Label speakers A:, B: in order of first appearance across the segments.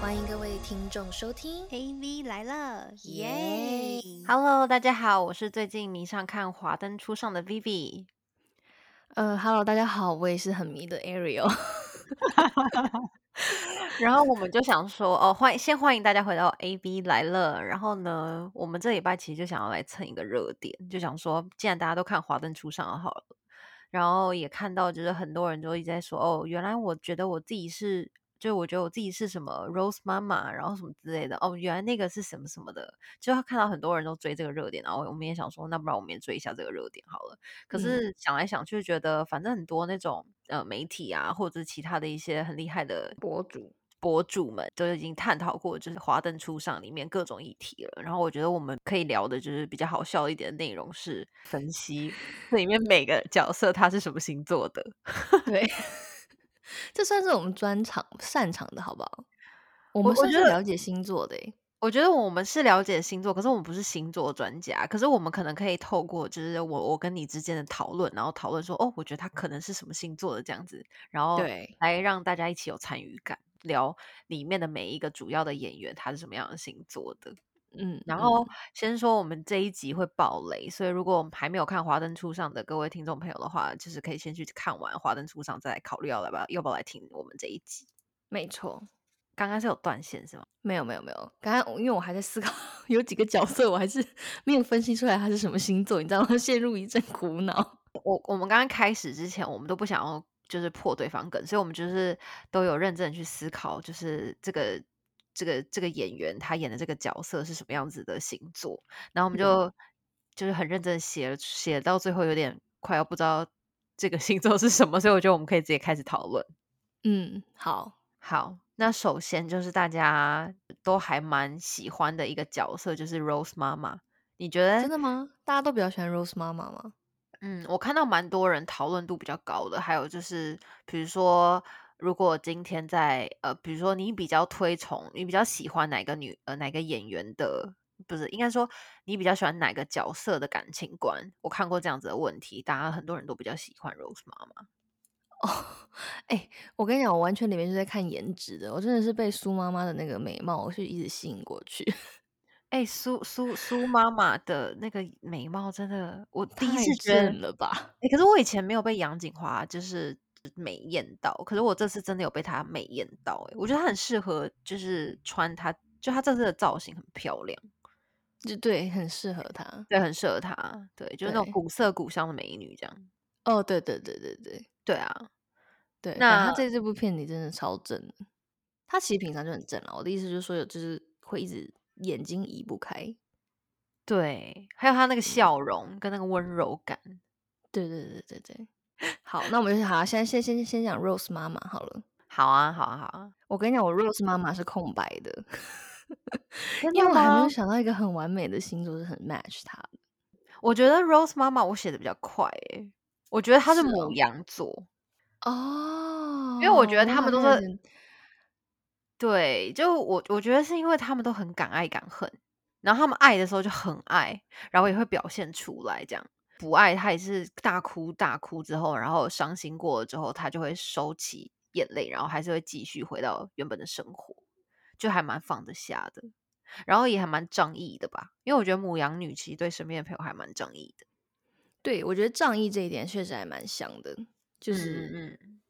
A: 欢迎各位听众收听
B: AV 来了，
A: 耶
B: 耶
C: Hello，大家好，我是最近迷上看《华灯初上》的 Vivi。
A: 呃，Hello，大家好，我也是很迷的 Ariel。
C: 然后我们就想说，哦，欢先欢迎大家回到 A B 来了。然后呢，我们这礼拜其实就想要来蹭一个热点，就想说，既然大家都看《华灯初上》了好了，然后也看到就是很多人就一直在说，哦，原来我觉得我自己是，就我觉得我自己是什么 Rose 妈妈，然后什么之类的，哦，原来那个是什么什么的，就看到很多人都追这个热点，然后我们也想说，那不然我们也追一下这个热点好了。可
A: 嗯
C: 是想来想去，觉得反正很多那种呃媒体啊，或者是其他的一些很厉害的
A: 博主，
C: 博主们都已经探讨过，就是《华灯初上》里面各种议题了。然后我觉得我们可以聊的就是比较好笑一点的内容，是分析这里面每个角色他是什么星座的。
A: 对， 这算是我们专长擅长的好不好？我们
C: 我
A: 算
C: 觉
A: 是
C: 得
A: 了解星座的欸，
C: 我觉得我们是了解星座，可是我们不是星座专家。可是我们可能可以透过就是我我跟你之间的讨论，然后讨论说哦，我觉得他可能是什么星座的这样子，然后
A: 对
C: 来让大家一起有参与感，聊里面的每一个主要的演员他是什么样的星座的。
A: 嗯，
C: 然
A: 嗯
C: 后先说我们这一集会爆雷，所以如果我们还没有看《华灯初上》的各位听众朋友的话，就是可以先去看完《华灯初上》，再来考虑要来吧，要不要来听我们这一集。
A: 没错，
C: 刚刚是有断线是吗？
A: 没有没有没有，刚刚我因为我还在思考 有几个角色，我还是没有分析出来他是什么星座，你知道吗？陷入一阵苦恼。
C: 我我们刚刚开始之前，我们都不想要就是破对方梗，所以我们就是都有认真地去思考，就是这个这个这个演员他演的这个角色是什么样子的星座，然后我们就、就是很认真地写了写到最后有点快要不知道这个星座是什么，所以我觉得我们可以直接开始讨论。
A: 嗯，好，
C: 好，那首先就是大家都还蛮喜欢的一个角色，就是 Rose 妈妈。你觉得
A: 真的吗？大家都比较喜欢 Rose 妈妈吗？
C: 嗯，我看到蛮多人讨论度比较高的，还有就是，比如说，如果今天在呃，比如说你比较推崇，你比较喜欢哪个女呃哪个演员的，不是应该说你比较喜欢哪个角色的感情观？我看过这样子的问题，大家很多人都比较喜欢 Rose 妈妈。
A: 哦， 哎、我跟你讲，我完全里面就在看颜值的，我真的是被苏妈妈的那个美貌我是一直吸引过去，
C: 哎，苏苏苏妈妈的那个美貌真的，我第一
A: 太
C: 次觉得
A: 正了吧？
C: 欸可是我以前没有被杨锦华就是美艳到，可是我这次真的有被她美艳到、欸。我觉得她很适合，就是穿她，就她这次的造型很漂亮，
A: 就对，很适合她。
C: 对，很适合她，对，就是那种
A: 对
C: 古色古香的美女这样。
A: 哦，对对对对对
C: 对啊，
A: 对，反正她
C: 那
A: 在这部片里真的超正的，她其实平常就很正了。我的意思就是说，有就是会一直眼睛移不开。
C: 对，还有她
A: 嗯
C: 那个笑容跟那个温柔感。
A: 对对对对对，好，那我们就好，现在先先先讲 Rose 妈妈好了。
C: 好啊，好啊，好啊，
A: 我跟你讲，我 Rose 妈妈是空白的，
C: 真
A: 因为
C: 的
A: 我还没
C: 吗
A: 有想到一个很完美的星座是很 match 她的。
C: 我觉得 Rose 妈妈我写的比较快、欸，我觉得她是
A: 是哦
C: 母羊座。
A: 哦，
C: 因为我觉得他
A: 好
C: 们都
A: 像有
C: 是
A: 点
C: 对，就我我觉得是因为他们都很敢爱敢恨，然后他们爱的时候就很爱，然后也会表现出来这样。不爱他也是大哭大哭之后，然后伤心过了之后，他就会收起眼泪，然后还是会继续回到原本的生活，就还蛮放得下的，然后也还蛮仗义的吧。因为我觉得母羊女其实对身边的朋友还蛮仗义的。
A: 对，我觉得仗义这一点确实还蛮像的，就
C: 嗯
A: 是、
C: 嗯嗯，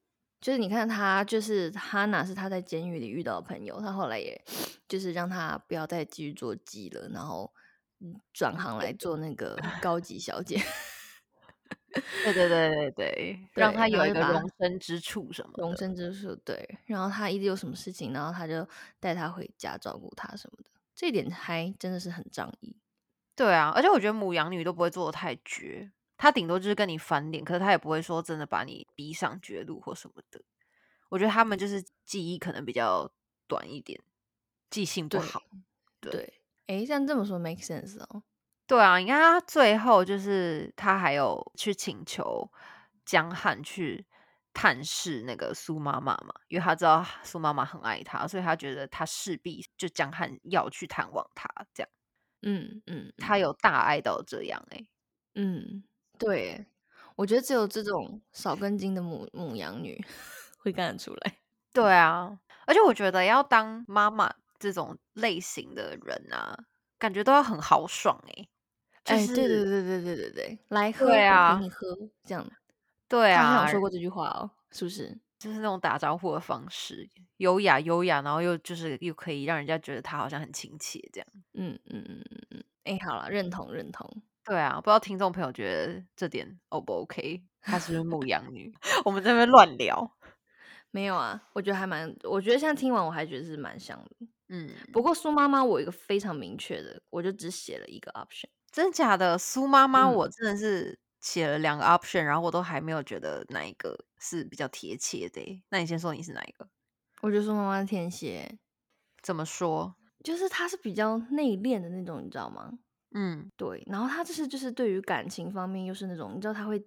A: 就是你看他，就是哈娜是他在监狱里遇到的朋友，他后来也就是让他不要再继续做鸡了，然后嗯转行来做那 个高级小姐，
C: 对对对对对，让
A: 对
C: 他
A: 然
C: 有
A: 后
C: 一
A: 就
C: 个
A: 把
C: 容身之处什么
A: 容
C: 的。
A: 身之处。对，然后他一直有什么事情，然后他就带他回家照顾他什么的，这一点还真的是很仗义。
C: 对啊，而且我觉得母羊女都不会做的太绝，她顶多就是跟你翻脸，可是她也不会说真的把你逼上绝路或什么的。我觉得他们就是记忆可能比较短一点，记性不
A: 对
C: 好。对
A: 对，诶，像这么说 make sense 哦。
C: 对啊，你看她最后就是她还有去请求江汉去探视那个苏妈妈嘛，因为她知道苏妈妈很爱她，所以她觉得她势必就江汉要去探望她，这样
A: 嗯嗯，
C: 她有大爱到这样哎、
A: 嗯，对耶，我觉得只有这种少根筋的母母羊女会干得出来。
C: 对啊，而且我觉得要当妈妈这种类型的人啊，感觉都要很豪爽哎、就
A: 哎、
C: 是
A: 对对对对对对对，来喝，
C: 对
A: 我
C: 啊
A: 陪你喝，这样。
C: 对
A: 他好
C: 啊，
A: 像说过这句话哦，是不是？
C: 就是那种打招呼的方式，优雅优雅，然后又就是又可以让人家觉得他好像很亲切这样。
A: 嗯嗯嗯嗯嗯，哎、好了，认同认同。
C: 对啊，不知道听众朋友觉得这点 O 不 OK？她是不是牧羊女？ 我们在那边乱聊。
A: 没有啊，我觉得还蛮，我觉得现在听完我还觉得是蛮像的。
C: 嗯，
A: 不过苏妈妈，我有一个非常明确的，我就只写了一个 option。
C: 真的假的？苏妈妈，
A: 嗯
C: 我真的是写了两个 option，然后我都还没有觉得哪一个是比较贴切的欸。那你先说你是哪一个？
A: 我觉得苏妈妈天蝎，
C: 怎么说？
A: 就是她是比较内敛的那种，你知道吗？
C: 嗯，
A: 对，然后她就是就是对于感情方面又是那种，你知道她会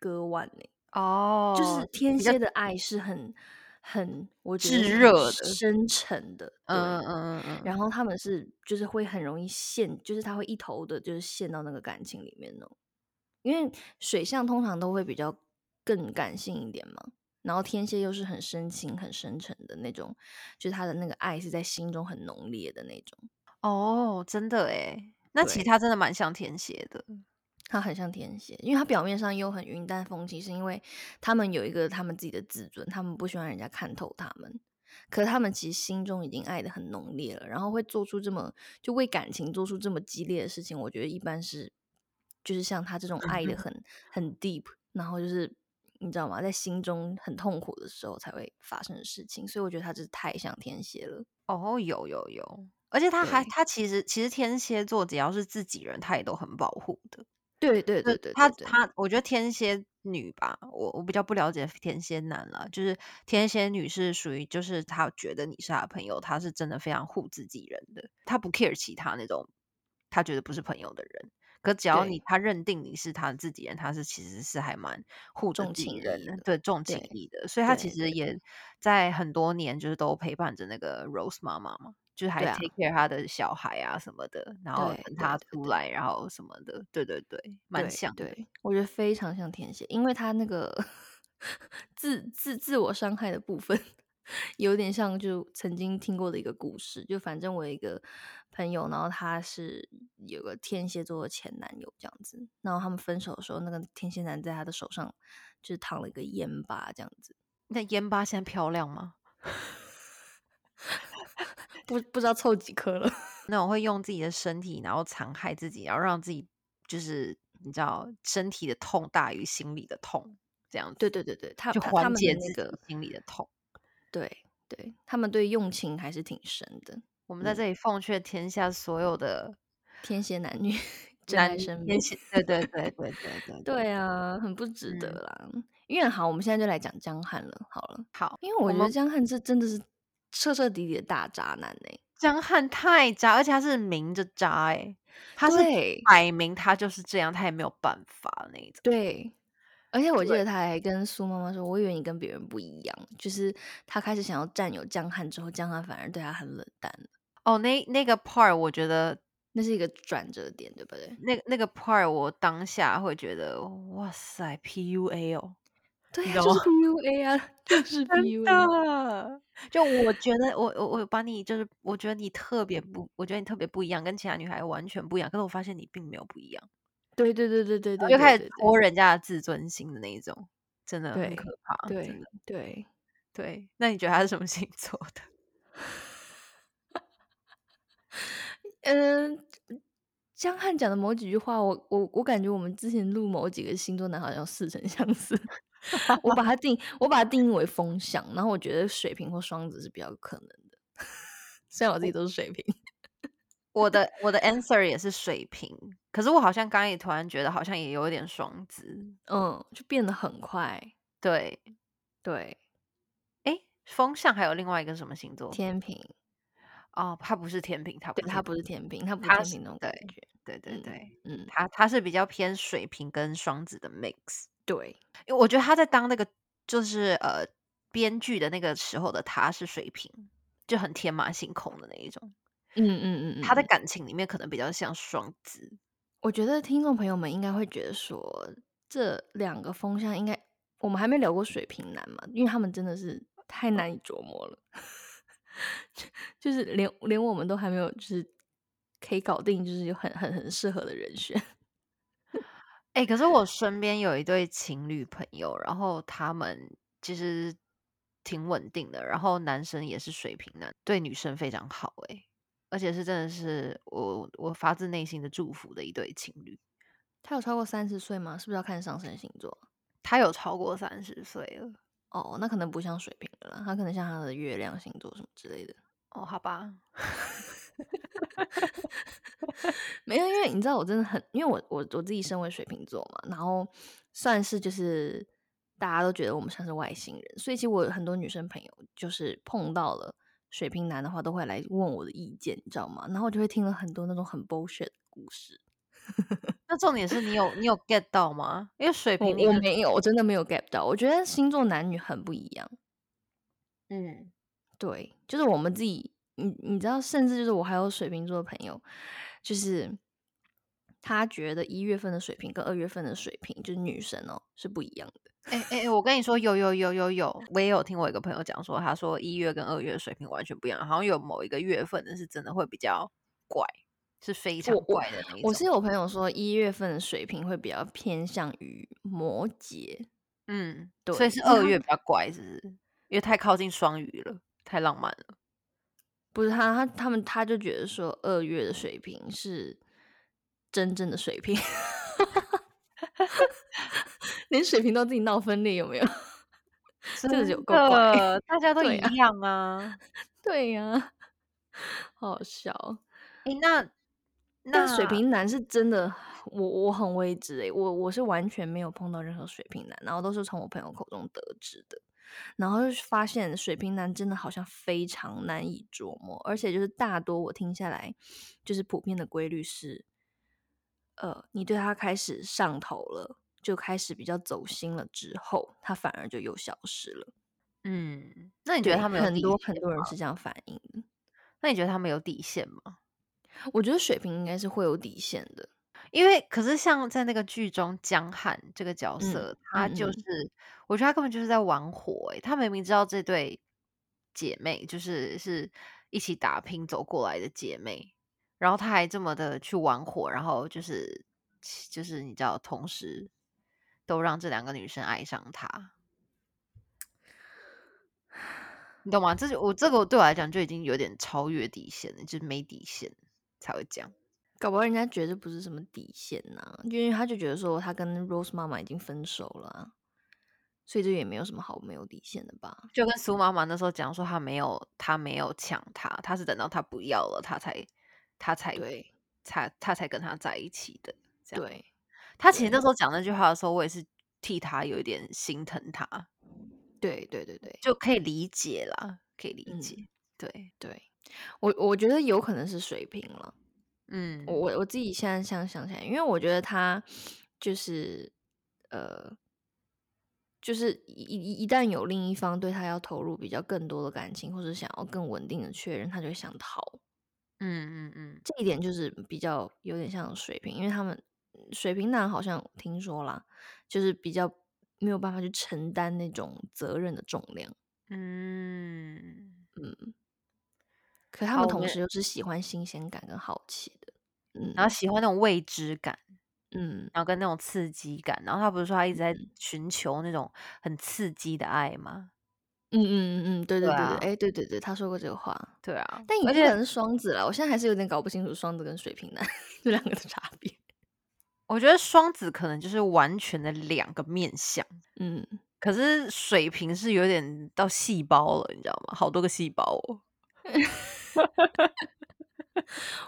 A: 割腕呢、
C: 哦，
A: 就是天
C: 比较
A: 蝎的爱是很很，我觉得
C: 炙
A: 是很
C: 热的
A: 深沉的，对。
C: 嗯嗯嗯嗯，
A: 然后他们是就是会很容易陷，就是他会一头的，就是陷到那个感情里面那种。因为水象通常都会比较更感性一点嘛，然后天蝎又是很深情、很深沉的那种，就是他的那个爱是在心中很浓烈的那种。
C: 哦，真的哎，那其
A: 对
C: 实他真的蛮像天蝎的。
A: 他很像天蝎，因为他表面上又很云淡风轻，是因为他们有一个他们自己的自尊，他们不希望人家看透他们。可他们其实心中已经爱的很浓烈了，然后会做出这么就为感情做出这么激烈的事情，我觉得一般是就是像他这种爱的
C: 嗯
A: 很、很 deep，然后就是你知道吗，在心中很痛苦的时候才会发生的事情，所以我觉得他就是太像天蝎了。
C: 哦，有有有，而且他还
A: 对
C: 他其实其实天蝎座只要是自己人，他也都很保护的。
A: 对对对
C: 就
A: 对
C: 他
A: 对对，
C: 他，我觉得天蝎女吧，我我比较不了解天蝎男了，就是天蝎女是属于就是他觉得你是他的朋友，他是真的非常护自己人的，他不 care 其他那种他觉得不是朋友的人。可只要
A: 对
C: 你他认定你是他自己人，他是其实是还蛮护着
A: 重
C: 自己
A: 情
C: 人
A: 义
C: 的，
A: 的
C: 对重情
A: 对
C: 义的，所以他其
A: 对
C: 实
A: 对
C: 也在很多年就是都陪伴着那个 Rose 妈妈嘛，就是还
A: 对啊
C: take care 他的小孩啊什么的，然后
A: 对
C: 等
A: 对
C: 他
A: 对
C: 出
A: 对。
C: 来，然后什么的，对对对，蛮
A: 对
C: 像的。
A: 对，我觉得非常像天蝎，因为他那个 自自自我伤害的部分，有点像就曾经听过的一个故事，就反正我有一个朋友，然后他是有个天蝎座的前男友这样子，然后他们分手的时候，那个天蝎男在他的手上就是烫了一个烟疤这样子，
C: 那烟巴现在漂亮吗？
A: 不不知道凑几颗 了。
C: 那种会用自己的身体，然后残害自己，然后让自己就是你知道，身体的痛大于心里的痛，这样
A: 对对
C: 子
A: 对对，他
C: 去
A: 他他
C: 缓
A: 们的
C: 解
A: 那
C: 自
A: 个
C: 己心里的痛。
A: 对对，他们对用情还是挺深的，
C: 我们在
A: 嗯，
C: 这里奉劝天下所有的
A: 天蝎男女 珍
C: 男
A: 爱生命
C: 天。蝎，对对对对 对对对，
A: 对啊，很不值得
C: 嗯，
A: 啦。因为好，我们现在就来讲江汉了。好了，
C: 好，
A: 因为我
C: 我
A: 觉得
C: 们
A: 江汉这真的是彻彻底底的大渣男呢、
C: 江汉太渣，而且他是明着渣、欸，哎，他是
A: 对
C: 摆明他就是这样，他也没有办法的那一种。
A: 对，而且我记
C: 对，
A: 得他还跟苏妈妈说：“我以为你跟别人不一样。”就是他开始想要占有江汉之后，江汉反而对他很冷淡了，
C: 哦，那那个 part 我觉得
A: 那是一个转折点，对不对？
C: 那那个 part 我当下会觉得，哇塞，PUA 哦，
A: 对
C: 你
A: 呀、
C: 知道
A: 就
C: 吗？
A: 是 PUA 啊，就是 PUA。
C: 真的，嗯就我觉得我我我把你就是，我觉得你特别不，我觉得你特别不一样，跟其他女孩完全不一样。可是我发现你并没有不一样，
A: 对对对对对
C: 然
A: 对
C: 后
A: 对
C: 就开始
A: 对对
C: 戳人家的自尊心的那一种，真的很可
A: 对
C: 怕，真
A: 对
C: 的。
A: 对，
C: 对，那你觉得他是什么星座的？
A: 嗯，江汉讲的某几句话，我我我感觉我们之前录某几个星座男好像似曾相识。 我把它定，我把它定义为风象，然后我觉得水瓶或双子是比较有可能的。 虽然我自己都是水瓶，
C: 我的我的 answer 也是水瓶，可是我好像刚刚也突然觉得好像也有一点双子。
A: 嗯，就变得很快。
C: 对，
A: 对，
C: 诶，风象还有另外一个什么星座？
A: 天平，
C: 哦，他不是天平，他不
A: 对，
C: 是
A: 他
C: 天
A: 不
C: 平，
A: 是天平，他不是
C: 他
A: 天
C: 是
A: 平那种感
C: 对
A: 觉。
C: 对对
A: 嗯
C: 对，
A: 嗯，
C: 他他是比较偏水瓶跟双子的 mix，
A: 对，
C: 因为我觉得他在当那个就是呃编剧的那个时候的他是水瓶，就很天马行空的那一种。
A: 嗯嗯嗯嗯
C: 他在
A: 嗯，
C: 感情里面可能比较像双子，
A: 我觉得听众朋友们应该会觉得说，这两个风象应该我们还没聊过水瓶男嘛，因为他们真的是太难以琢磨了， 就是连连我们都还没有就是可以搞定，就是有很很很适合的人选。
C: 哎、可是我身边有一对情侣朋友，然后他们其实挺稳定的，然后男生也是水瓶男，对女生非常好、欸，哎，而且是真的是我我发自内心的祝福的一对情侣。
A: 他有超过三十岁吗？是不是要看上升星座？
C: 他有超过三十岁了，
A: 哦，那可能不像水瓶了啦，他可能像他的月亮星座什么之类的。
C: 哦，好吧，
A: 没有，因为你知道，我真的很，因为我我我自己身为水瓶座嘛，然后算是就是大家都觉得我们像是外星人，所以其实我有很多女生朋友就是碰到了水瓶男的话，都会来问我的意见，你知道吗？然后我就会听了很多那种很 bullshit 的故事。
C: 那重点是你有你有 get 到吗？因为水
A: 我
C: 瓶你
A: 我
C: 可
A: 没有，我真的没有 get 到。我觉得星座男女很不一样，
C: 嗯，
A: 对，就是我们自己，你你知道，甚至就是我还有水瓶座的朋友，就是他觉得一月份的水瓶跟二月份的水瓶，就是女生哦是不一样的。
C: 哎哎哎，我跟你说，有有有有有，我也有听我一个朋友讲说，他说一月跟二月水平完全不一样，好像有某一个月份的是真的会比较怪，是非常
A: 我
C: 怪的那一种。
A: 我是有朋友说一月份的水瓶会比较偏向于摩羯，
C: 嗯，
A: 对
C: 所以是
A: 因为
C: 二
A: 他
C: 月比较怪，是不是？因为太靠近双鱼了，太浪漫了。
A: 不是他他他们他就觉得说二月的水瓶是真正的水瓶， 连水瓶都自己闹分裂有没有？
C: 真
A: 个
C: 的
A: 有够怪
C: 大家都
A: 对
C: 一
A: 啊
C: 样啊。
A: 对呀、好好笑哦。
C: 哎、那那
A: 但水瓶男是真的，我我很未知诶、我我是完全没有碰到任何水瓶男，然后都是从我朋友口中得知的，然后就是发现水瓶男真的好像非常难以琢磨，而且就是大多我听下来，就是普遍的规律是，呃，你对他开始上头了，就开始比较走心了之后，他反而就又消失了。
C: 嗯，那你觉得
A: 对
C: 他们有
A: 很
C: 底
A: 多
C: 线
A: 很多人
C: 吗
A: 是这样反应的，
C: 那你觉得他们有底线吗？
A: 我觉得水瓶应该是会有底线的。
C: 因为可是像在那个剧中，江汉这个角
A: 嗯
C: 色，他
A: 嗯
C: 就
A: 嗯
C: 是、我觉得他根本就是在玩火、欸，他明明知道这对姐妹就是是一起打拼走过来的姐妹，然后他还这么的去玩火，然后就是其就是你知道，同时都让这两个女生爱上他，你懂吗？这就我这个对我来讲就已经有点超越底线了，就是没底线才会这样。
A: 搞不好人家觉得不是什么底线呐、就因为他就觉得说他跟 Rose 妈妈已经分手了啊、所以这也没有什么好没有底线的吧？
C: 就跟苏妈妈那时候讲说，她没有，她没有抢他，她是等到他不要了，她才，她才，
A: 对
C: 才，她才跟他在一起的。这样，
A: 对
C: 她其实那时候讲那句话的时候，我也是替她有一点心疼她，
A: 对对对对
C: 就可以理解啦，可以理
A: 嗯
C: 解。对，
A: 对，我我觉得有可能是水平了。
C: 嗯，
A: 我我我自己现在想想起来，因为我觉得他就是呃，就是一一一旦有另一方对他要投入比较更多的感情，或者想要更稳定的确认，他就会想逃。
C: 嗯嗯嗯，
A: 这一点就是比较有点像水瓶，因为他们水瓶男好像听说啦，就是比较没有办法去承担那种责任的重量，
C: 嗯，
A: 可他
C: 好
A: 们
C: 哦我
A: 同
C: 们
A: 时又是喜欢新鲜感跟好奇的，嗯
C: 然后喜欢那种未知感，
A: 嗯，
C: 然后跟那种刺激感，然后他不是说他一直在寻求那种很刺激的爱吗？
A: 嗯嗯嗯嗯，对对对
C: 对
A: 对，
C: 啊
A: 哎、对对对，他说过这个话，
C: 对啊，
A: 但也不
C: 而且
A: 可能是双子啦，我现在还是有点搞不清楚双子跟水瓶男 这两个的差别。
C: 我觉得双子可能就是完全的两个面相，
A: 嗯，
C: 可是水瓶是有点到细胞了，你知道吗？好多个细胞哦。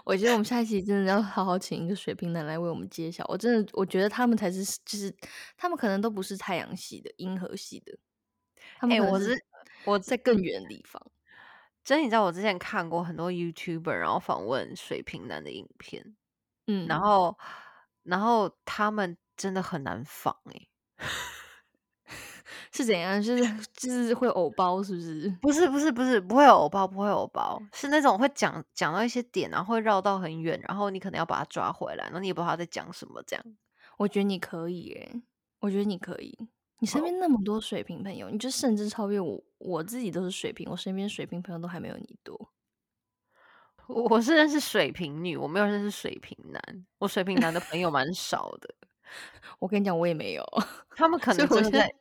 A: 我觉得我们下一期真的要好好请一个水瓶男来为我们揭晓。我真的，我觉得他们才是，就是他们可能都不是太阳系的、银河系的，他们
C: 哎
A: 可能
C: 我是我
A: 在更远的地方。
C: 真的你知道，我之前看过很多 YouTuber，然后访问水瓶男的影片，
A: 嗯，
C: 然后然后他们真的很难仿哎、
A: 是怎样？就是 就是会偶包，是不是？
C: 不是不是不是，不会有偶包，不会有偶包，是那种会讲讲到一些点，然后会绕到很远，然后你可能要把它抓回来，然后你也不知道他在讲什么这样。
A: 我觉得你哦可以耶，我觉得你可以。你身边那么多水瓶朋友，你就甚至超越我我自己都是水瓶，我身边水瓶朋友都还没有你多。
C: 我我是认识水瓶女，我没有认识水瓶男。我水瓶男的朋友蛮少的，
A: 我跟你讲，我也没有，
C: 他们可
A: 所
C: 能
A: 以我
C: 真
A: 现
C: 的
A: 在
C: 在，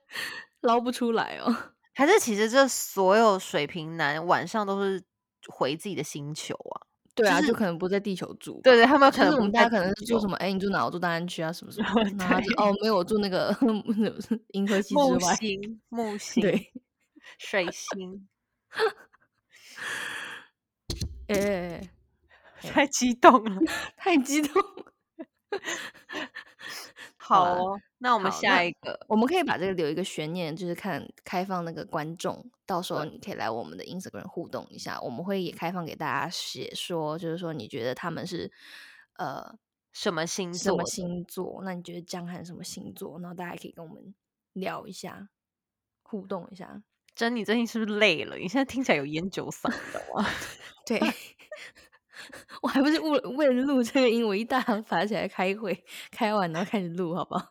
A: 捞不出来哦。
C: 还是其实这所有水瓶男晚上都是回自己的星球啊。
A: 对啊，
C: 就
A: 就是可能不在地球 住。
C: 对对，他们
A: 就
C: 啊可
A: 是
C: 能
A: 我们
C: 不
A: 大家
C: 在
A: 可能
C: 地
A: 是住
C: 球
A: 什么？哎，你住哪？我住大安区啊，什么什 么的。然后他就
C: 对
A: 哦，没有，我住那个 银河系之
C: 木
A: 外。
C: 星、 木星、
A: 对，
C: 水 星，
A: 哎、哎 对
C: 太激动了。
A: 哎太激动了。
C: 好
A: 了
C: 哦，那我们
A: 好
C: 下
A: 那
C: 一个，
A: 我们可以把这个留一个悬念，就是看开放那个观众，到时候你可以来我们的 Instagram 互动一下，我们会也开放给大家写说，就是说你觉得他们是呃
C: 什么星
A: 什
C: 座
A: 么
C: 的？
A: 星座？那你觉得江汉什么星座？然后大家可以跟我们聊一下，互动一下。
C: 珍妮最近是不是累了？你现在听起来有烟酒 嗓，你知道吗？
A: 对， 我还不是为了为了 录这个音，我一大早爬起来开会，开完然后开始录，好不好？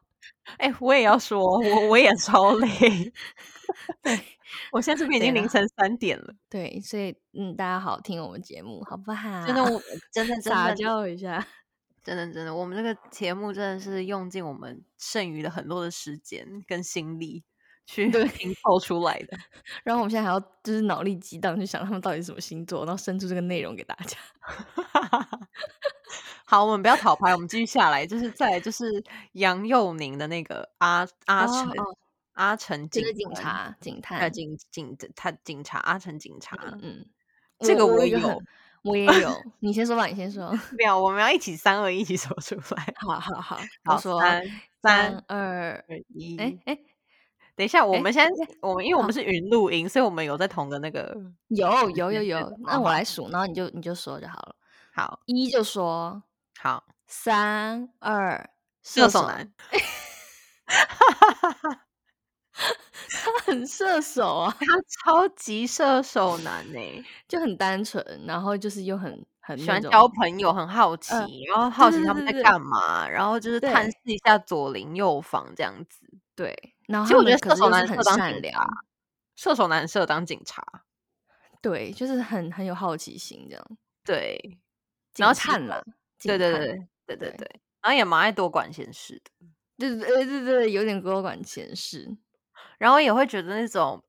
C: 哎、我也要说，我我也超累。
A: 对，
C: 我现在这边已经
A: 对
C: 凌
A: 啦
C: 晨三点了，
A: 对，所以嗯，大家好听我们节目，好不好？
C: 真的，我啊真的真
A: 撒
C: 的
A: 娇一下。
C: 真的真的，我们这个节目真的是用尽我们剩余的很多的时间跟心力去
A: 对
C: 拼凑出来的。
A: 然后我们现在还要就是脑力激荡，去想他们到底是什么星座，然后生出这个内容给大家。
C: 好，我们不要讨牌，我们继续下来，就是再来就是杨佑宁的那个阿阿
A: 哦
C: 成、
A: 哦
C: 阿成
A: 这
C: 警
A: 个警
C: 官
A: 察、嗯警探，
C: 呃警警他警察阿成警察，
A: 嗯嗯，
C: 这个
A: 我
C: 我
A: 一个很
C: 有，
A: 我也 有。你先说吧，你先说。
C: 不要，我们要一起三二一起说出 来。
A: 好好好，
C: 好，
A: 我说嗯
C: 三三
A: 二，
C: 二一，
A: 哎哎，
C: 等一下，我
A: 哎
C: 们现在我们因为我
A: 好嗯
C: 们是云录音，所以我们有在同个那个
A: 有有有
C: 对
A: 有，那
C: 好
A: 我
C: 好
A: 来数，然后你就你就说就好了。
C: 好
A: 一就说
C: 好
A: 三 二
C: 射
A: 射
C: 手
A: 手，
C: 男，
A: 他很射手啊，
C: 他超级射手男呢、
A: 就很单纯，然后就是又很很
C: 喜
A: 那
C: 欢
A: 种
C: 交朋友，很好奇，
A: 呃
C: 然后好奇
A: 对
C: 他
A: 对
C: 们在
A: 对
C: 干嘛，然后就是探
A: 对
C: 视一下左邻右坊这样子。
A: 对。然后
C: 其实
A: 他
C: 我觉
A: 们可是又是
C: 得射手男适合
A: 很
C: 当
A: 善
C: 警
A: 良，
C: 察射手男适合当警察，
A: 对，就是很很有好奇心这样。
C: 对，
A: 警
C: 然后其
A: 探
C: 实
A: 啦，警
C: 对对
A: 探
C: 对对对
A: 对
C: 对，然后也蛮爱多管闲事的，
A: 对对对对对，有点多管闲事。
C: 然后也会觉得那种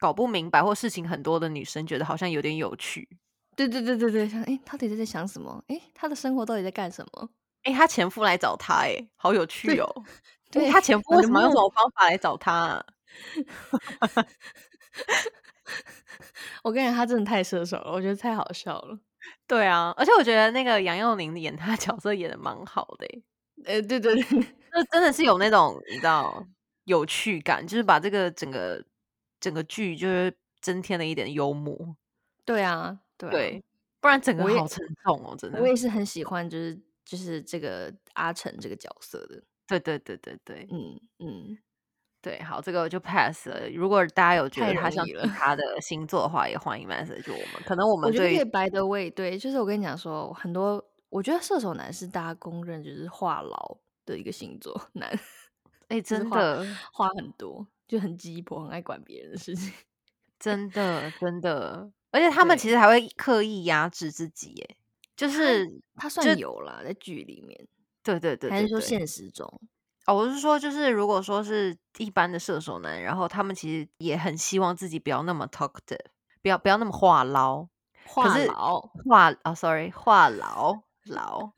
C: 搞不明白或事情很多的女生，觉得好像有点有趣。
A: 对对对对对，想哎，诶他到底在想什么？哎，他的生活到底在干什么？
C: 哎、她前夫来找她、哎，好有趣
A: 对
C: 哦。
A: 对
C: 她前夫
A: 我
C: 为
A: 的
C: 什么用这
A: 梦
C: 种方法来找她、啊？
A: 我跟你讲，他真的太射手了，我觉得太好笑了。
C: 对啊，而且我觉得那个杨佑宁演她的角色演的蛮好的、哎
A: 呃，对对对，
C: 那真的是有那种你知道有趣感，就是把这个整个整个剧就是增添了一点幽默，
A: 对啊，对啊
C: 对，不然整个
A: 我也
C: 好沉重哦，真的
A: 我。也是很喜欢，就是就是这个阿成这个角色的。
C: 对对对对对
A: 嗯嗯，
C: 对，好，这个我就 pass 了。如果大家有觉
A: 太
C: 得他
A: 容
C: 像
A: 易
C: 其
A: 了
C: 他的星座的话，也欢迎 message 我们。可能我
A: 我
C: 们
A: 觉得可
C: 对
A: 以白的位对，就是我跟你讲说，很多我觉得射手男是大家公认就是话痨的一个星座男，
C: 哎、
A: 就是
C: 真
A: 话
C: 的
A: 话很多，就很鸡婆，很爱管别人的事情。
C: 真的真的，而且他们其
A: 对
C: 实还会刻意压制自己，哎，就
A: 他
C: 是
A: 他
C: 就
A: 算有啦，在剧里面，
C: 对对对
A: 还
C: 对
A: 是说
C: 对。
A: 现实中？
C: 哦，我是说，就是如果说是一般的射手男，然后他们其实也很希望自己不要那么 talkative，不要不要那么话痨，可
A: 话
C: 是
A: 痨，
C: 话啊、s o r r y 话痨痨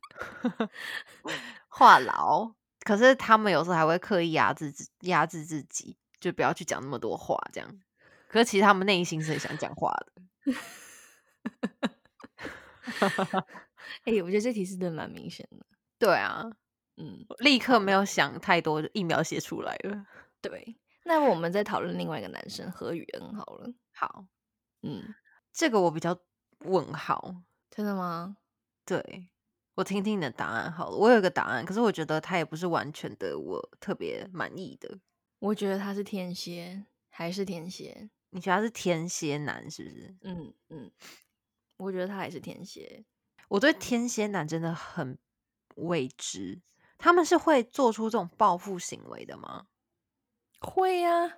C: 话痨，可是他们有时候还会刻意压制自压制自己，就不要去讲那么多话，这样。可是其实他们内心是很想讲话的，
A: 哎、我觉得这题是真的蛮明显的。
C: 对啊，
A: 嗯，
C: 立刻没有想太多，就一秒写出来了。
A: 对。那我们再讨论另外一个男生何宇恩好了。
C: 好，
A: 嗯，
C: 这个我比较问号，
A: 真的吗？
C: 对，我听听你的答案好了。我有一个答案，可是我觉得它也不是完全的我特别满意的。
A: 我觉得他是天蝎，还是天蝎？
C: 你觉得他是天蝎男是不是？
A: 嗯嗯，我觉得他还是天蝎。
C: 我对天蝎男真的很未知，他们是会做出这种报复行为的吗？
A: 会呀、啊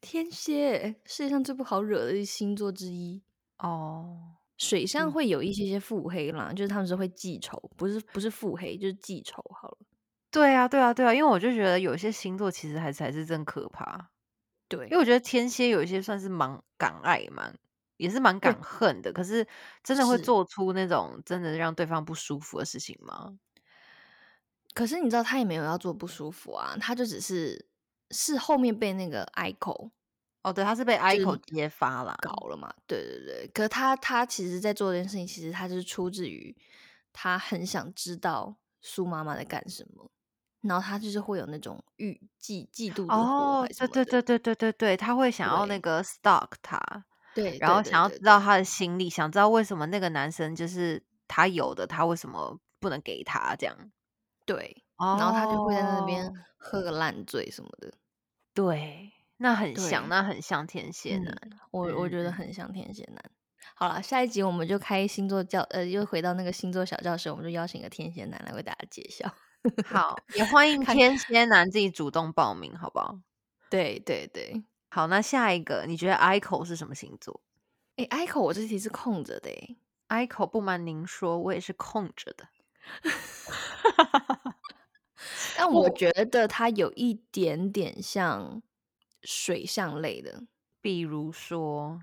A: 天蝎世界上最不好惹的星座之一，
C: 哦，
A: 水象
C: 嗯
A: 会有一些些腹黑啦，就是他们是会记仇，不是不是腹黑，就是记仇好了。
C: 对啊，对啊，对啊，因为我就觉得有些星座其实还是还是真可怕，
A: 对
C: 因为，我觉得天蝎有一些算是蛮敢爱，蛮也是蛮敢恨的，可是真的会
A: 是
C: 做出那种真的让对方不舒服的事情吗？
A: 可是你知道他也没有要做不舒服啊，他就只是是后面被那个 i 口
C: 哦，对，他是被 I
A: 是
C: 口揭发啦，
A: 搞了嘛。对对对，可是他他其实在做这件事情，其实他就是出自于他很想知道苏妈妈在干什么，然后他就是会有那种欲嫉嫉妒的火
C: 哦
A: 还，是什么的
C: 对对对对对对对，他会想要那
A: 对
C: 个 stalk 他，
A: 对，
C: 然
A: 对
C: 后
A: 对
C: 想要
A: 对
C: 知道他的心理，想知道为什么那个男生就是他有的，他为什么不能给他这样？
A: 对，
C: 哦，
A: 然后他就会在那边喝个烂醉什么的。
C: 对，那很
A: 对
C: 像，那很像天蝎
A: 嗯
C: 男。
A: 我我觉
C: 嗯
A: 得
C: 嗯
A: 很像天蝎男。好了，下一集我们就开星座教，呃，又回到那个星座小教室，我们就邀请一个天蝎男来为大家揭 晓。
C: 好， 也欢迎
A: 嗯看
C: 天蝎男自己主动报名，好不好？
A: 对对对，
C: 好，那下一个，你觉得 I 口是什么星座
A: 哎、i c o 我这题是空着的诶
C: ？I 口不瞒您说，我也是空着的。
A: 但我觉得它有一点点像水象类的，
C: 比如说，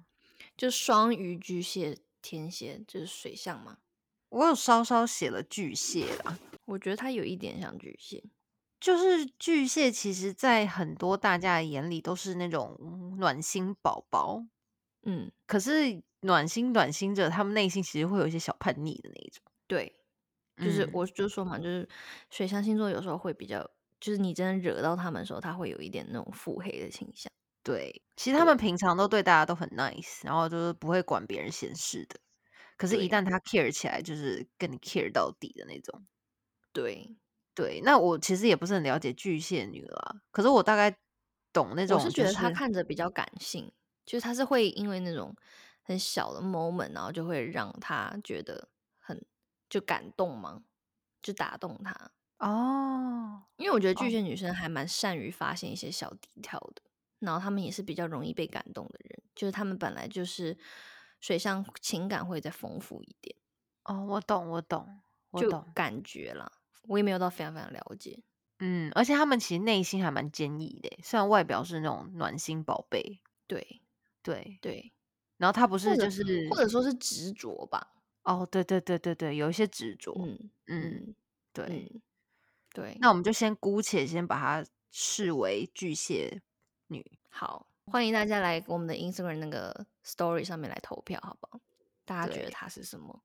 A: 就双鱼、巨蟹、天蝎，就是水象嘛。
C: 我有稍稍写了巨蟹啦，
A: 我觉得它有一点像巨蟹，
C: 就是巨蟹，其实在很多大家的眼里都是那种嗯暖心宝宝，
A: 嗯，
C: 可是暖心暖心者，他们内心其实会有一些小叛逆的那一种。
A: 对，就是
C: 嗯
A: 我就说嘛，就是水象星座有时候会比较，就是你真的惹到他们的时候，他会有一点那种腹黑的倾向。
C: 对，其实他们平常都对大家都很 nice，然后就是不会管别人闲事的。可是，一
A: 对
C: 旦他 care 起来，就是跟你 care 到底的那种。
A: 对，
C: 对，那我其实也不是很了解巨蟹女啦，可是我大概懂那种、
A: 我
C: 就是
A: 觉得他
C: 是
A: 看着比较感性，就是他是会因为那种很小的 moment，然后就会让他觉得很就感动嘛，就打动他。
C: 哦，
A: 因为我觉得巨
C: 哦
A: 蟹女生还蛮善于发现一些小低调的，然后她们也是比较容易被感动的人，就是她们本来就是水象情感会再丰富一点。
C: 哦，我懂，我懂，我
A: 就
C: 懂。
A: 感觉啦，我也没有到非常非常了解。
C: 嗯，而且他们其实内心还蛮坚毅的，欸虽然外表是那种暖心宝贝，
A: 对
C: 对。
A: 对，
C: 然后他不
A: 或
C: 是
A: 者
C: 就是
A: 或者说是执着吧。
C: 哦，对对对对对，有一些执着，
A: 嗯
C: 嗯，
A: 嗯
C: 对。
A: 嗯，对。
C: 那我们就先姑且先把它视为巨蟹女。
A: 好，欢迎大家来我们的 Instagram 那个 Story 上面来投票，好不好？大家觉得
C: 对
A: 它是什么？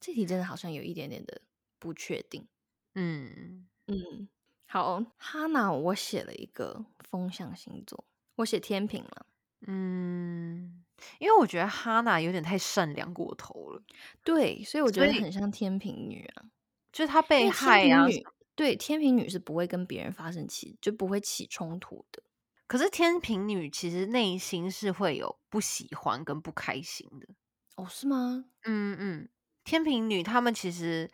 A: 这题真的好像有一点点的不确定。
C: 嗯，
A: 嗯，好，哈娜，我写了一个风象星座，我写天平了。
C: 嗯，因为我觉得哈娜有点太善良过头了，
A: 对，所以我觉
C: 所
A: 得
C: 以
A: 很像天平女啊。
C: 就是她被
A: 因为
C: 害
A: 天
C: 啊
A: 平。女对天平女是不会跟别人发生起就不会起冲突的。
C: 可是天平女其实内心是会有不喜欢跟不开心的。
A: 哦，是吗？
C: 嗯嗯，天平女她们其实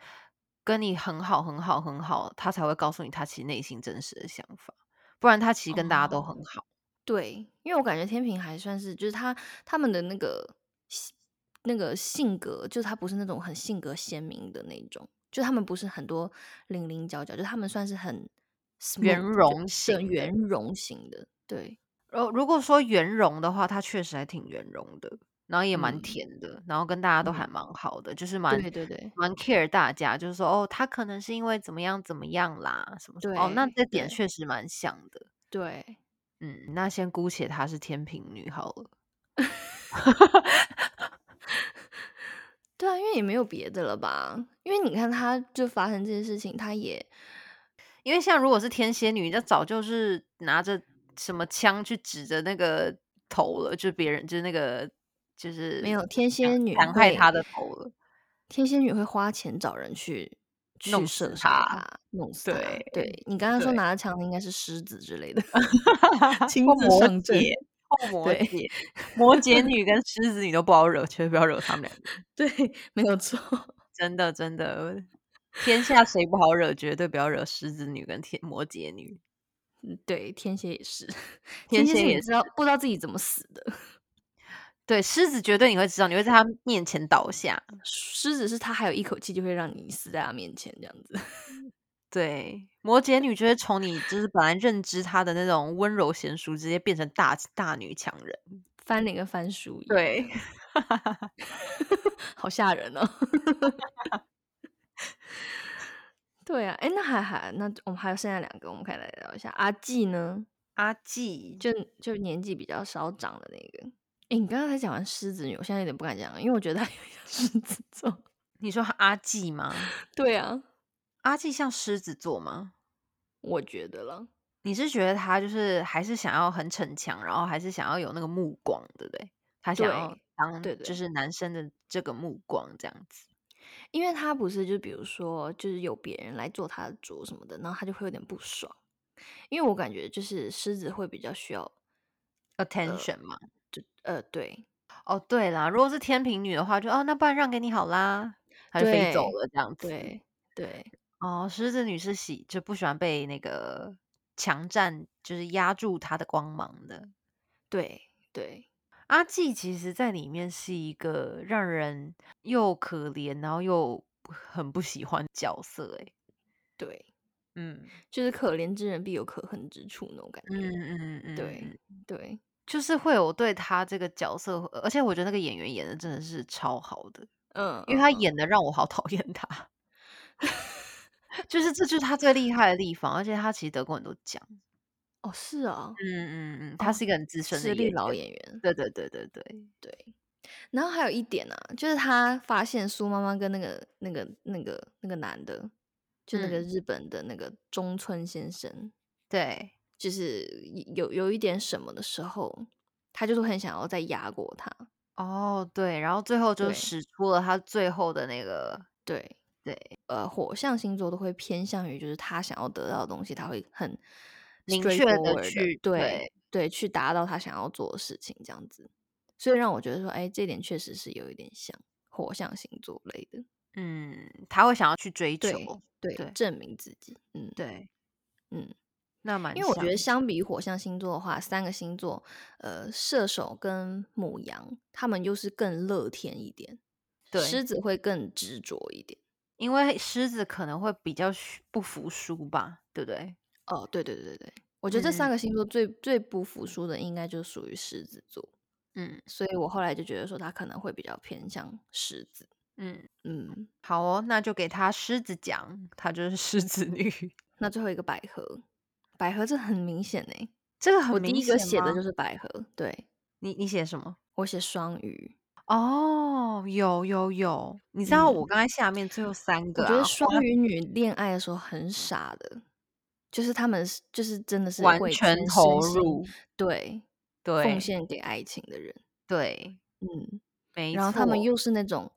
C: 跟你很好很好很好，她才会告诉你她其实内心真实的想法，不然她其实跟大家都很
A: 哦
C: 好。
A: 对，因为我感觉天平还算是就是他他们的那个性那个性格，就是他不是那种很性格鲜明的那种，就他们不是很多棱棱角角，就他们算是很 smooth,
C: 圆
A: 就
C: 融
A: 对
C: 型的
A: 圆融型的。对，
C: 然后如果说圆融的话，她确实还挺圆融的，然后也蛮
A: 嗯
C: 甜的，然后跟大家都还
A: 嗯
C: 蛮好的，就是蛮
A: 对对对
C: 蛮 care 大家，就是说哦，她可能是因为怎么样怎么样啦，什么什么哦，那
A: 对
C: 这点
A: 对
C: 确实蛮像的。
A: 对，
C: 嗯，那先姑且她是天平女好了。
A: 对啊，因为也没有别的了吧？因为你看，他就发生这件事情，他也
C: 因为像如果是天蝎女，那早就是拿着什么枪去指着那个头了，就是别人就是那个就是
A: 没有天
C: 想
A: 蝎女
C: 想害
A: 会
C: 她的头了。
A: 天蝎女会花钱找人去
C: 弄
A: 去射
C: 死
A: 杀
C: 她
A: 他，弄死他。
C: 对
A: 对你刚刚说
C: 对
A: 拿着枪的应该是狮子之 类的，亲
C: 或
A: 自
C: 摩
A: 上阵。
C: 羯，或摩
A: 对
C: 羯，摩羯女跟狮子女都不好惹，绝对不要惹他们两个，
A: 对，没有错。
C: 真的真的，天下谁不好惹，绝对不要惹狮子女跟天摩羯女。
A: 嗯 对，天蝎也是，
C: 天
A: 蝎
C: 蝎
A: 是
C: 也
A: 也知道不知道自己怎么死的。
C: 对，狮子绝对你会知道，你会在他面前倒下。
A: 狮子是他还有一口气就会让你死在他面前这样子。
C: 对，摩羯女就会从你就是本来认知她的那种温柔贤淑，直接变成大大女强人。
A: 翻脸跟翻书一样，
C: 对，
A: 好吓人哦。对啊，哎，那还还那我们还有剩下两个，我们可以来聊一下阿纪呢，
C: 阿纪
A: 就就年纪比较稍长的那个。哎，你刚刚才讲完狮子女，我现在有点不敢讲了，因为我觉得她有 点像狮子座。
C: 你说阿纪吗？
A: 对啊，
C: 阿纪像狮子座吗？
A: 我觉得了，
C: 你是觉得他就是还是想要很逞强，然后还是想要有那个目光，对不对？他想要
A: 对
C: 当
A: 对
C: 就
A: 对
C: 是男生的这个目光这样子。
A: 因为他不是就比如说就是有别人来做他的桌什么的，然后他就会有点不爽。因为我感觉就是狮子会比较需要，
C: attention 嘛，
A: 呃，对，
C: 哦对啦，如果是天平女的话，就哦那不然让给你好啦，他就飞走
A: 对
C: 了这样子。
A: 对对
C: 哦，狮子女是喜就不喜欢被那个强占，就是压住她的光芒的。
A: 对对，
C: 阿纪其实在里面是一个让人又可怜，然后又很不喜欢的角色、欸。
A: 对，
C: 嗯
A: 就是可怜之人必有可恨之处那种感
C: 嗯
A: 觉。
C: 嗯嗯，
A: 对
C: 嗯，
A: 对，
C: 就是会有对她这个角色，而且我觉得那个演员演的真的是超好的，
A: 嗯，
C: 因为
A: 嗯
C: 他
A: 嗯
C: 演的让我好讨厌他。就是这就是他最厉害的地方，而且他其实得过很多奖。
A: 哦是啊，
C: 嗯嗯嗯，他
A: 哦
C: 是一个很资深的
A: 实力
C: 演
A: 老
C: 员
A: 演员。
C: 对对对对对，
A: 对，然后还有一点啊，就是他发现苏妈妈跟那个那个那个那个男的，就那个
C: 嗯
A: 日本的那个中村先生，
C: 对，
A: 就是有有一点什么的时候，他就是很想要再压过他。
C: 哦对，然后最后就
A: 对
C: 使出了他最后的那个，
A: 对
C: 对，
A: 呃，火象星座都会偏向于就是他想要得到的东西，他会很
C: 明确地
A: straightforward 地
C: 去
A: 对
C: 对
A: 对去达到他想要做的事情，这样子。所以让我觉得说，哎，这点确实是有一点像火象星座类的，
C: 嗯，他会想要去追
A: 对
C: 求，
A: 对，
C: 对
A: 证明自己，嗯，
C: 对，
A: 嗯，
C: 那蛮
A: 因为我
C: 像
A: 觉得
C: 的
A: 相比火象星座的话，三个星座，呃，射手跟母羊，他们又是更乐天一点，狮
C: 对，
A: 子会更执着一点。
C: 因为狮子可能会比较虚不服输吧，对不对？
A: 哦，对对对对对，我觉得这三
C: 嗯
A: 个星座最最不服输的，应该就属于狮子座，
C: 嗯
A: 所以我后来就觉得说他可能会比较偏向狮子。
C: 嗯，
A: 嗯，
C: 好哦，那就给他狮子奖，她就是狮子女，
A: 那最后一个百合，百合这很明显呢、
C: 这个很
A: 我第
C: 明
A: 一个
C: 显
A: 写的
C: 吗
A: 就是百合，对
C: 你你写什么？
A: 我写双鱼，
C: 哦，有有有，你知道我
A: 嗯
C: 刚才下面最后三
A: 我
C: 个
A: 觉得
C: 啊，
A: 双鱼女恋爱的时候很傻的，就是他们是就是真的是
C: 完
A: 会
C: 全
A: 全
C: 投
A: 身心
C: 入，
A: 对
C: 对
A: 奉献给爱情的人，
C: 对，
A: 嗯。
C: 没
A: 然后他们
C: 错，
A: 又是那种，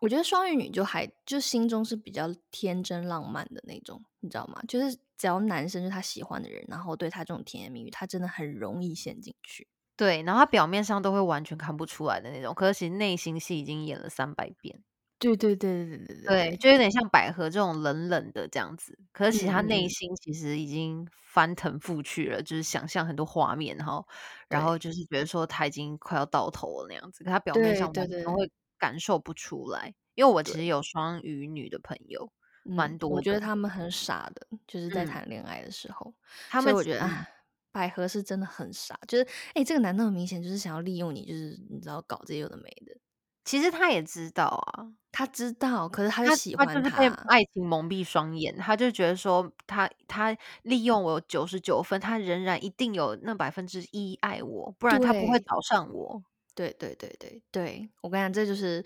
A: 我觉得双鱼女就还就心中是比较天真浪漫的那种，你知道吗？就是只要男生是他喜欢的人，然后对他这种甜言蜜语，他真的很容易陷进去。
C: 对，然后他表面上都会完全看不出来的那种，可是其实内心戏已经演了三百遍，
A: 对对对对对
C: 对，就有点像百合这种冷冷的这样子，可是其实他
A: 嗯嗯
C: 内
A: 嗯
C: 心其实已经翻腾覆去了，就是想象很多画面，然后然
A: 对
C: 后就是觉得说他已经快要到头了那样子，可他表面
A: 对
C: 上
A: 对
C: 完全
A: 对，
C: 会感受不出来，因为我其
A: 对
C: 实有双鱼女的朋友，蛮
A: 嗯，我
C: 多
A: 觉
C: 的。
A: 得他们很傻的，就是在
C: 嗯
A: 谈恋爱的时候，
C: 他
A: 所以
C: 们
A: 我
C: 其
A: 觉得
C: 嗯
A: 啊。百合是真的很傻，就是哎、这个男的很明显就是想要利用你，就是你知道搞这些有的没的。
C: 其实他也知道啊，
A: 他知道，可是他就
C: 他
A: 喜
C: 他就
A: 欢
C: 是被
A: 他。
C: 爱情蒙蔽双眼，他就觉得说他他利用我九十九分，他仍然一定有那百分之一爱我，不然他不会
A: 对，
C: 找上我。
A: 对对对对对，我跟你讲，这就是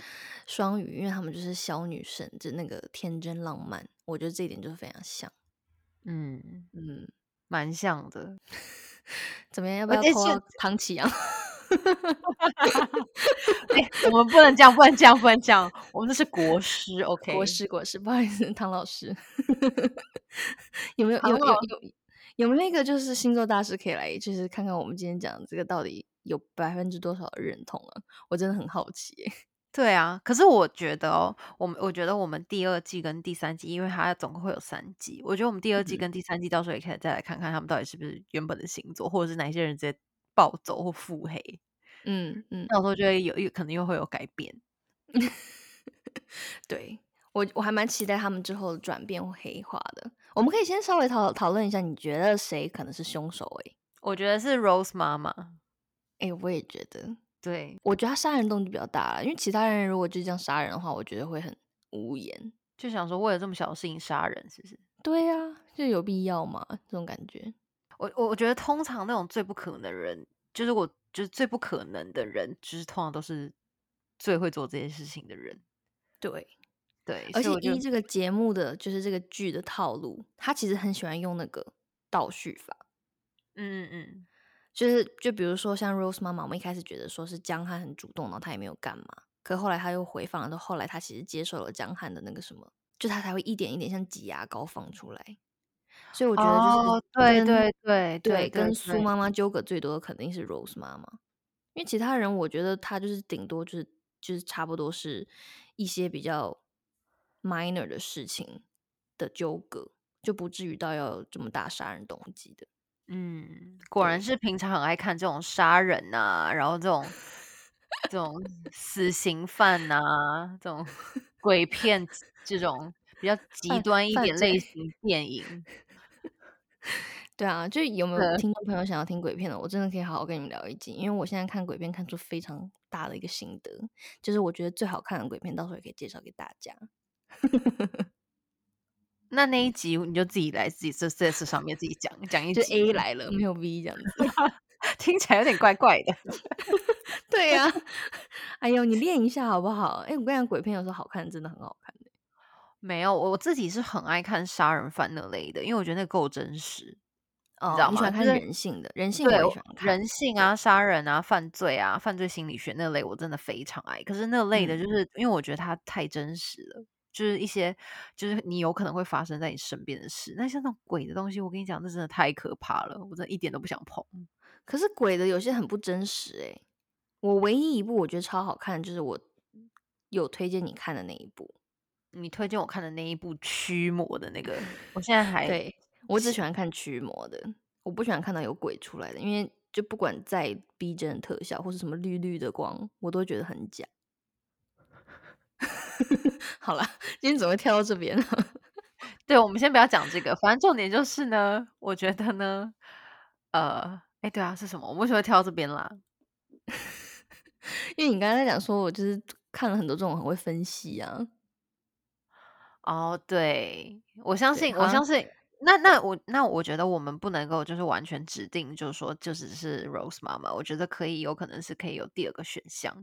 A: 双鱼，因为他们就是小女生，就那个天真浪漫，我觉得这一点就是非常像。
C: 嗯，
A: 嗯，
C: 蛮像的。
A: 怎么样？要不
C: 而
A: 要
C: 且
A: 扣
C: 是
A: 到唐启阳？
C: 哎、我们不能这样，不能这样，不能这样，我们这是国师
A: 国
C: ，OK？
A: 师，国 师，不好意思，唐老师，有没有
C: 唐
A: 有有
C: 老
A: 有有没有那个就是星座大师可以来，就是看看我们今天讲的这个到底有百分之多少的认同啊？我真的很好奇耶、
C: 对啊，可是我觉得哦，我们我觉得我们第二季跟第三季，因为它总共会有三季，我觉得我们第二季
A: 嗯
C: 跟第三季到时候也可以再来看看他们到底是不是原本的星座，或者是哪些人直接暴走或腹黑，
A: 嗯嗯，
C: 到时候就会有有可能又会有改变。
A: 对我我还蛮期待他们之后的转变或黑化的。我们可以先稍微讨讨论一下，你觉得谁可能是凶手、欸？
C: 我觉得是 Rose 妈妈，
A: 哎、我也觉得，
C: 对，
A: 我觉得他杀人动机比较大了，因为其他人如果就这样杀人的话，我觉得会很无言。
C: 就想说为了这么小的事情杀人，是不是？
A: 对呀、就有必要吗？这种感觉。
C: 我我我觉得通常那种最不可能的人，就是我就是最不可能的人，就是通常都是最会做这些事情的人。
A: 对，
C: 对，
A: 而且
C: 所以我就
A: 依这个节目的就是这个剧的套路，他其实很喜欢用那个倒叙法，
C: 嗯嗯嗯，
A: 就是就比如说像 Rose 妈妈，我们一开始觉得说是江汉很主动，然后他也没有干嘛，可后来他又回放了，然后后来他其实接受了江汉的那个什么，就他才会一点一点像挤牙膏放出来。所以我觉得就是
C: 哦，对
A: 跟
C: 对对
A: 对，跟
C: 对
A: 苏妈妈纠葛最多的肯定是 Rose 妈妈，因为其他人我觉得她就是顶多就是就是差不多是一些比较 minor 的事情的纠葛，就不至于到要有这么大杀人动机的。
C: 嗯，果然是平常很爱看这种杀人呐、然后这种这种死刑犯呐、这种鬼片这种比较极
A: 犯
C: 端一
A: 犯
C: 点类
A: 罪
C: 型电影。
A: 对啊，就有没有
C: 对
A: 听众朋友想要听鬼片的，我真的可以好好跟你们聊一集，因为我现在看鬼片看出非常大的一个心得，就是我觉得最好看的鬼片，到时候也可以介绍给大家。
C: 那那一集你就自己来，自己这这次上面自己讲讲一
A: 就
C: 集，啊
A: A 来了，没有 V 这样子。
C: 听起来有点怪怪的。
A: 对呀、 哎呦，你练一下好不好？哎，我跟你讲，鬼片有时候好看，真的很好看的。
C: 没有，我自己是很爱看杀人犯那类的，因为我觉得那够真实。知道
A: 哦你喜
C: 吗
A: 欢看
C: 就是
A: 人性的，人性我
C: 对
A: 也喜欢看。
C: 人性啊、杀人啊、犯罪啊、犯罪心理学那类，我真的非常爱。可是那类
A: 嗯
C: 的，就是、因为我觉得它太真实了，就是一些就是你有可能会发生在你身边的事。那像那种鬼的东西，我跟你讲，那真的太可怕了，我真的一点都不想碰。
A: 可是鬼的有些很不真实哎、我唯一一部我觉得超好看，就是我有推荐你看的那一部。
C: 你推荐我看的那一部《驱魔》的那个，我现在还
A: 对我只喜欢看驱魔的，我不喜欢看到有鬼出来的，因为就不管再逼真的特效或是什么绿绿的光，我都觉得很假。 好啦，今天怎么会跳到这边呢？
C: 对，我们先不要讲这个，反正重点就是呢，我觉得呢，呃，哎，对啊，是什么？我们为什么会跳到这边啦？
A: 因为你刚才在讲说，我就是看了很多这种很会分析啊，
C: 哦，对，我相
A: 对啊
C: 信，
A: 好
C: 我
A: 像
C: 相信，那那我那我觉得我们不能够就是完全指定，就是说就只是 Rose 妈妈，我觉得可以，有可能是可以有第二个选项。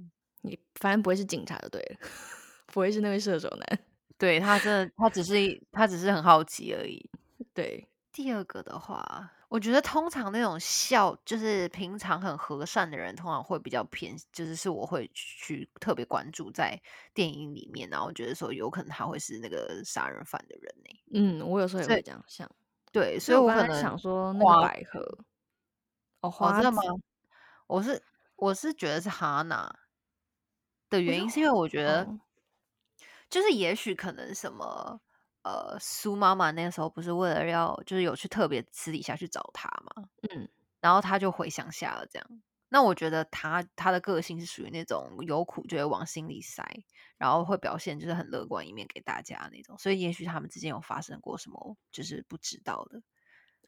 A: 你反正不会是警察就对了， 不会是那位射手男。
C: 对他真的，他只是一他只是很好奇而已。
A: 对，
C: 第二个的话，我觉得通常那种笑，就是平常很和善的人，通常会比较偏，就是是我会去特别关注在电影里面，然后觉得说有可能他会是那个杀人犯的人呢、
A: 嗯，我有时候也
C: 所以
A: 会这样想，
C: 对，
A: 所
C: 所以
A: 以
C: 我
A: 刚
C: 可
A: 才
C: 能
A: 想说那
C: 花
A: 个百合，哦，
C: 哦，
A: 花
C: 真
A: 子
C: 的吗？我是我是觉得是哈娜的原
A: 是
C: 因，是因为我觉得
A: 哦
C: 就是也许可能什么呃，苏妈妈那时候不是为了要就是有去特别私底下去找他嘛，
A: 嗯，
C: 然后他就回乡下了这样。那我觉得他他的个性是属于那种有苦就会往心里塞，然后会表现就是很乐观一面给大家那种，所以也许他们之间有发生过什么就是不知道的，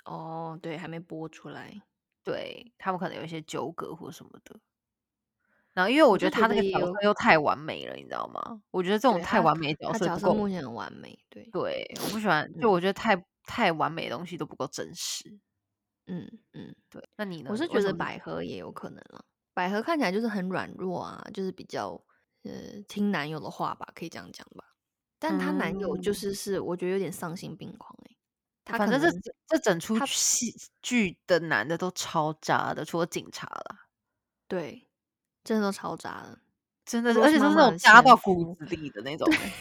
A: 哦，对，还没播出来，
C: 对他们可能有一些纠葛或什么的。然后，因为我
A: 我就
C: 觉得
A: 觉
C: 他
A: 得
C: 那个
A: 也
C: 角
A: 有
C: 色又太完美了，你知道吗？我觉得这种
A: 对
C: 太
A: 他
C: 完美的角
A: 他
C: 色
A: 角
C: 不
A: 色目
C: 够，
A: 前很完美，对，
C: 对，我不喜欢，
A: 嗯
C: 就我觉得太太完美的东西都不够真实。
A: 嗯嗯，
C: 对，那你呢？
A: 我是
C: 你为
A: 觉
C: 什
A: 得
C: 么
A: 百合也有可能了，百合看起来就是很软弱啊，就是比较呃听男友的话吧，可以这样讲吧。但她男友就
C: 嗯
A: 是是，我觉得有点丧心病狂哎、他
C: 反
A: 可
C: 正这
A: 能
C: 整这整出
A: 他
C: 戏剧的男的都超渣的，除了警察啦，
A: 对真的都超渣 了，
C: 真的是，
A: Rose
C: 而且都
A: 妈妈
C: 是那种
A: 的
C: 渣
A: 前
C: 到骨
A: 夫
C: 子里的那种欸，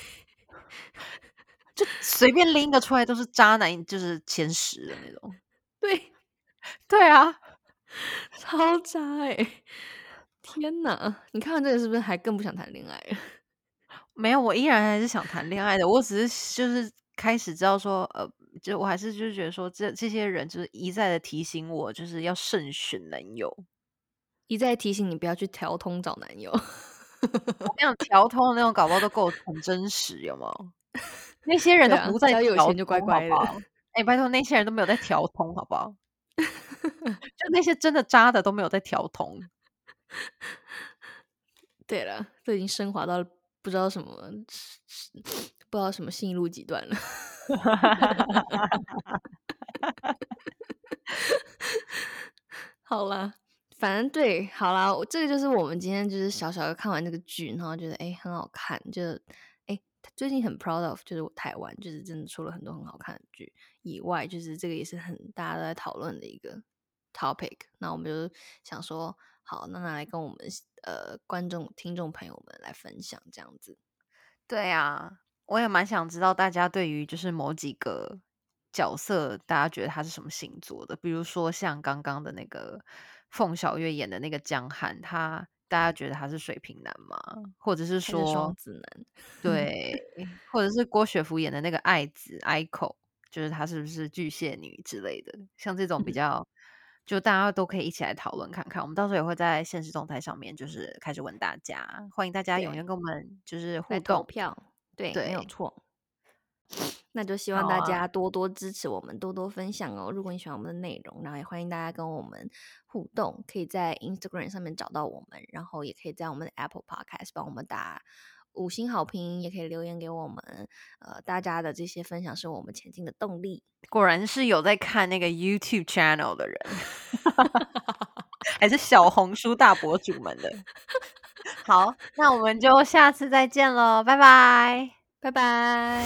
C: 就随便拎一个出来都是渣男，就是前十的那种。
A: 对，
C: 对啊，
A: 超渣哎、天哪！你看完这个是不是还更不想谈恋爱了？
C: 没有，我依然还是想谈恋爱的，我只是就是开始知道说，呃，就我还是就是觉得说，这这些人就是一再的提醒我，就是要慎选男友。
A: 一再提醒你不要去调通找男友。
C: 我那种调通的那种，搞不好都够很真实，有没有？那些人
A: 对
C: 都
A: 啊
C: 不在
A: 只要有
C: 调
A: 钱就乖
C: 通
A: 乖的
C: 好不好？哎、拜托，那些人都没有在调通，好 不好？就那些真的渣的都没有在调通，
A: 对了，都已经升华到不知道什么，不知道什么性路几段了。 好啦，反正对，好啦，我这个就是我们今天就是小小的看完这个剧，然后觉得哎很好看，就哎最近很 proud of，就是我台湾就是真的出了很多很好看的剧，以外就是这个也是很大家都在讨论的一个 topic，那我们就想说好，那拿来跟我们呃观众听众朋友们来分享这样子。
C: 对啊，我也蛮想知道大家对于就是某几个角色，大家觉得他是什么星座的？比如说像刚刚的那个凤小岳演的那个江汉，他大家觉得他是水瓶男吗？或者是
A: 他是双
C: 说
A: 子男，
C: 对，或者是郭雪芙演的那个爱子 Ico，就是她是不是巨蟹女之类的？像这种
A: 嗯
C: 比较，就大家都可以一起来讨论看看。我们到时候也会在现实动态上面就是开始问大家，欢迎大家踊
A: 对
C: 跃跟我们就是互
A: 来投
C: 动。
A: 票，对，没有
C: 对
A: 错。那就希望
C: 好
A: 大
C: 啊
A: 家多多支持我们，多多分享哦。如果你喜欢我们的内容，然后也欢迎大家跟我们互动，可以在 Instagram 上面找到我们，然后也可以在我们的 Apple Podcast 帮我们打五星好评，也可以留言给我们。呃，大家的这些分享是我们前进的动力。
C: 果然是有在看那个 YouTube channel 的人，还是小红书大博主们的。好，那我们就下次再见喽，拜拜。
A: 拜拜。